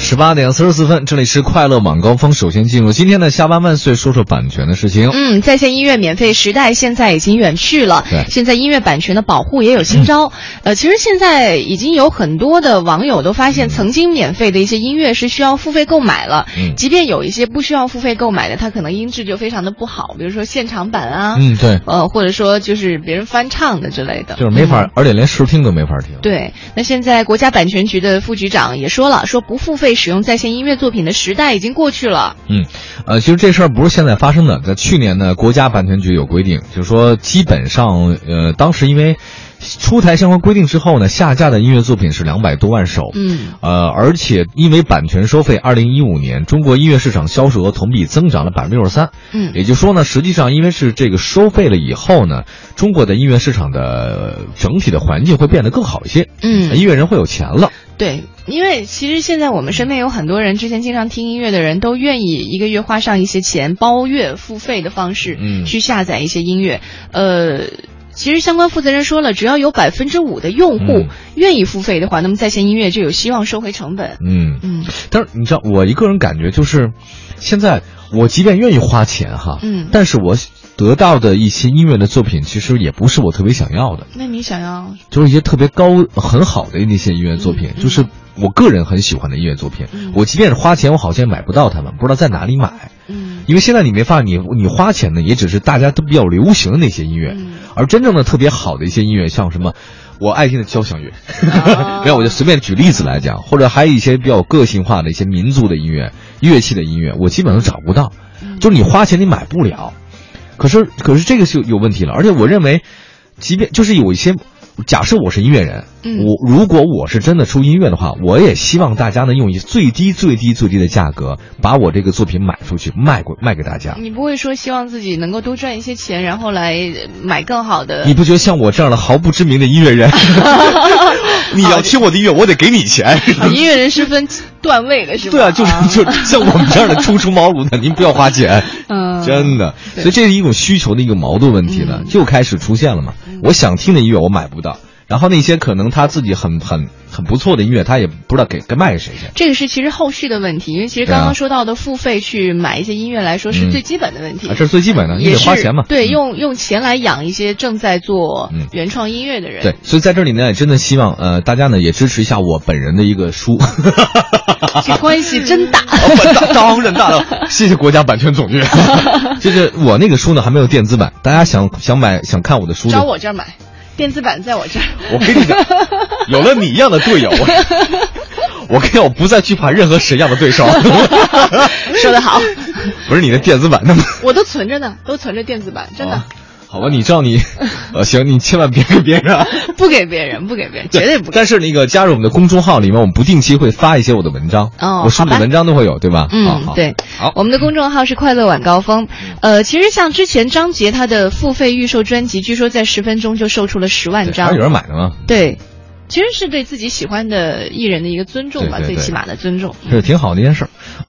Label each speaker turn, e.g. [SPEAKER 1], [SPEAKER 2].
[SPEAKER 1] 十八点四十四分，这里是快乐晚高峰。首先进入今天的下班万岁，说说版权的事情。
[SPEAKER 2] 嗯，在线音乐免费时代现在已经远去了
[SPEAKER 1] 对，嗯
[SPEAKER 2] 现在音乐版权的保护也有新招。呃，其实现在已经有很多的网友都发现，曾经免费的一些音乐是需要付费购买了，
[SPEAKER 1] 嗯
[SPEAKER 2] 即便有一些不需要付费购买的，它可能音质就非常的不好，比如说现场版啊，
[SPEAKER 1] 嗯，对，
[SPEAKER 2] 呃，或者说就是别人翻唱的之类的，
[SPEAKER 1] 就是没法，
[SPEAKER 2] 嗯
[SPEAKER 1] 而且连试听都没法听。
[SPEAKER 2] 对，那现在国家版权局的副局长也说了，说不付费使用在线音乐作品的时代已经过去了。
[SPEAKER 1] 呃，其实这事儿不是现在发生的，在去年呢，国家版权局有规定，就是说基本上，呃，当时因为出台相关规定之后呢，下架的音乐作品是两百多万首。
[SPEAKER 2] 嗯
[SPEAKER 1] 呃，而且因为版权收费，二零一五年中国音乐市场销售额同比增长了百分之六十三，
[SPEAKER 2] 嗯
[SPEAKER 1] 也就是说呢，实际上因为是这个收费了以后呢，中国的音乐市场的整体的环境会变得更好一些，
[SPEAKER 2] 嗯，
[SPEAKER 1] 音乐人会有钱了。
[SPEAKER 2] 对，因为其实现在我们身边有很多人，之前经常听音乐的人都愿意一个月花上一些钱，包月付费的方式，
[SPEAKER 1] 嗯
[SPEAKER 2] 去下载一些音乐，呃。其实相关负责人说了，只要有百分之五的用户
[SPEAKER 1] 嗯
[SPEAKER 2] 愿意付费的话，那么在线音乐就有希望收回成本。
[SPEAKER 1] 嗯，
[SPEAKER 2] 嗯
[SPEAKER 1] 但是你知道，我一个人感觉就是，现在我即便愿意花钱哈，
[SPEAKER 2] 嗯，
[SPEAKER 1] 但是我得到的一些音乐的作品，其实也不是我特别想要的，
[SPEAKER 2] 那你想要
[SPEAKER 1] 就是一些特别高很好的那些音乐作品
[SPEAKER 2] 嗯，嗯
[SPEAKER 1] 就是我个人很喜欢的音乐作品
[SPEAKER 2] 嗯。
[SPEAKER 1] 我即便是花钱，我好像也买不到它们，不知道在哪里买。
[SPEAKER 2] 嗯
[SPEAKER 1] 因为现在你没发现，你你花钱呢，也只是大家都比较流行的那些音乐，
[SPEAKER 2] 嗯
[SPEAKER 1] 而真正的特别好的一些音乐，像什么我爱听的交响乐，
[SPEAKER 2] 啊
[SPEAKER 1] 没有，我就随便举例子来讲，或者还有一些比较个性化的一些民族的音乐、乐器的音乐，我基本上找不到，
[SPEAKER 2] 嗯
[SPEAKER 1] 就是你花钱你买不了。可是，可是这个是有问题了，而且我认为，即便就是有一些，假设我是音乐人，
[SPEAKER 2] 嗯
[SPEAKER 1] 我如果我是真的出音乐的话，我也希望大家能用以最低、最低、最低的价格把我这个作品买出去，卖过卖给大家。
[SPEAKER 2] 你不会说希望自己能够多赚一些钱，然后来买更好的
[SPEAKER 1] 你？不觉得像我这样的毫不知名的音乐 人，你要听我的音乐，我得给你 钱。
[SPEAKER 2] 啊音乐人是分段位的，是吧？
[SPEAKER 1] 对啊，就是就像我们这样的初出茅庐的，您不要花钱，
[SPEAKER 2] 嗯，
[SPEAKER 1] 真的。
[SPEAKER 2] 对
[SPEAKER 1] 所以这是一种需求的一个矛盾问题了
[SPEAKER 2] 嗯，
[SPEAKER 1] 就开始出现了嘛
[SPEAKER 2] 嗯。
[SPEAKER 1] 我想听的音乐我买不到，然后那些可能他自己很很很不错的音乐，他也不知道给该卖给谁去。
[SPEAKER 2] 这个是其实后续的问题，因为其实
[SPEAKER 1] 对啊
[SPEAKER 2] 刚刚说到的付费去买一些音乐来说是
[SPEAKER 1] 嗯
[SPEAKER 2] 最基本的问题，
[SPEAKER 1] 啊，这是最基本的，你
[SPEAKER 2] 也
[SPEAKER 1] 得
[SPEAKER 2] 是
[SPEAKER 1] 花钱嘛。
[SPEAKER 2] 对，
[SPEAKER 1] 嗯
[SPEAKER 2] 用用钱来养一些正在做
[SPEAKER 1] 嗯
[SPEAKER 2] 原创音乐的人。
[SPEAKER 1] 对，所以在这里呢，也真的希望呃大家呢也支持一下我本人的一个书。
[SPEAKER 2] 这关系真大。
[SPEAKER 1] 哦本当当然大 了，谢谢国家版权总局。就是我那个书呢还没有电子版，大家想想买想看我的书的
[SPEAKER 2] 找我这儿买，电子版在我这儿。
[SPEAKER 1] 我跟你 讲，有了你一样的队友，我跟你讲，我不再惧怕任何谁样的 对手。
[SPEAKER 2] 说得好，
[SPEAKER 1] 不是你的电子版的吗？
[SPEAKER 2] 我都存着呢，都存着电子版，真的
[SPEAKER 1] 啊好吧，你知道你，呃，行，你千万别给别人啊。
[SPEAKER 2] 不给别人，不给别人，绝对不给。
[SPEAKER 1] 但是那个加入我们的公众号里面，我们不定期会发一些我的文章，
[SPEAKER 2] 哦
[SPEAKER 1] 我书里的
[SPEAKER 2] 好吧
[SPEAKER 1] 文章都会有，对吧？好
[SPEAKER 2] 嗯
[SPEAKER 1] 好，
[SPEAKER 2] 对，
[SPEAKER 1] 好
[SPEAKER 2] 我们的公众号是快乐晚高峰。
[SPEAKER 1] 嗯
[SPEAKER 2] 呃，其实像之前张杰他的付费预售专辑，据说在十分钟就售出了十
[SPEAKER 1] 对
[SPEAKER 2] 万
[SPEAKER 1] 还
[SPEAKER 2] 张
[SPEAKER 1] 有。人买的吗？
[SPEAKER 2] 对，其实是对自己喜欢的艺人的一个尊重吧，
[SPEAKER 1] 对对对
[SPEAKER 2] 最起码的尊重。
[SPEAKER 1] 这是挺好的一件事儿。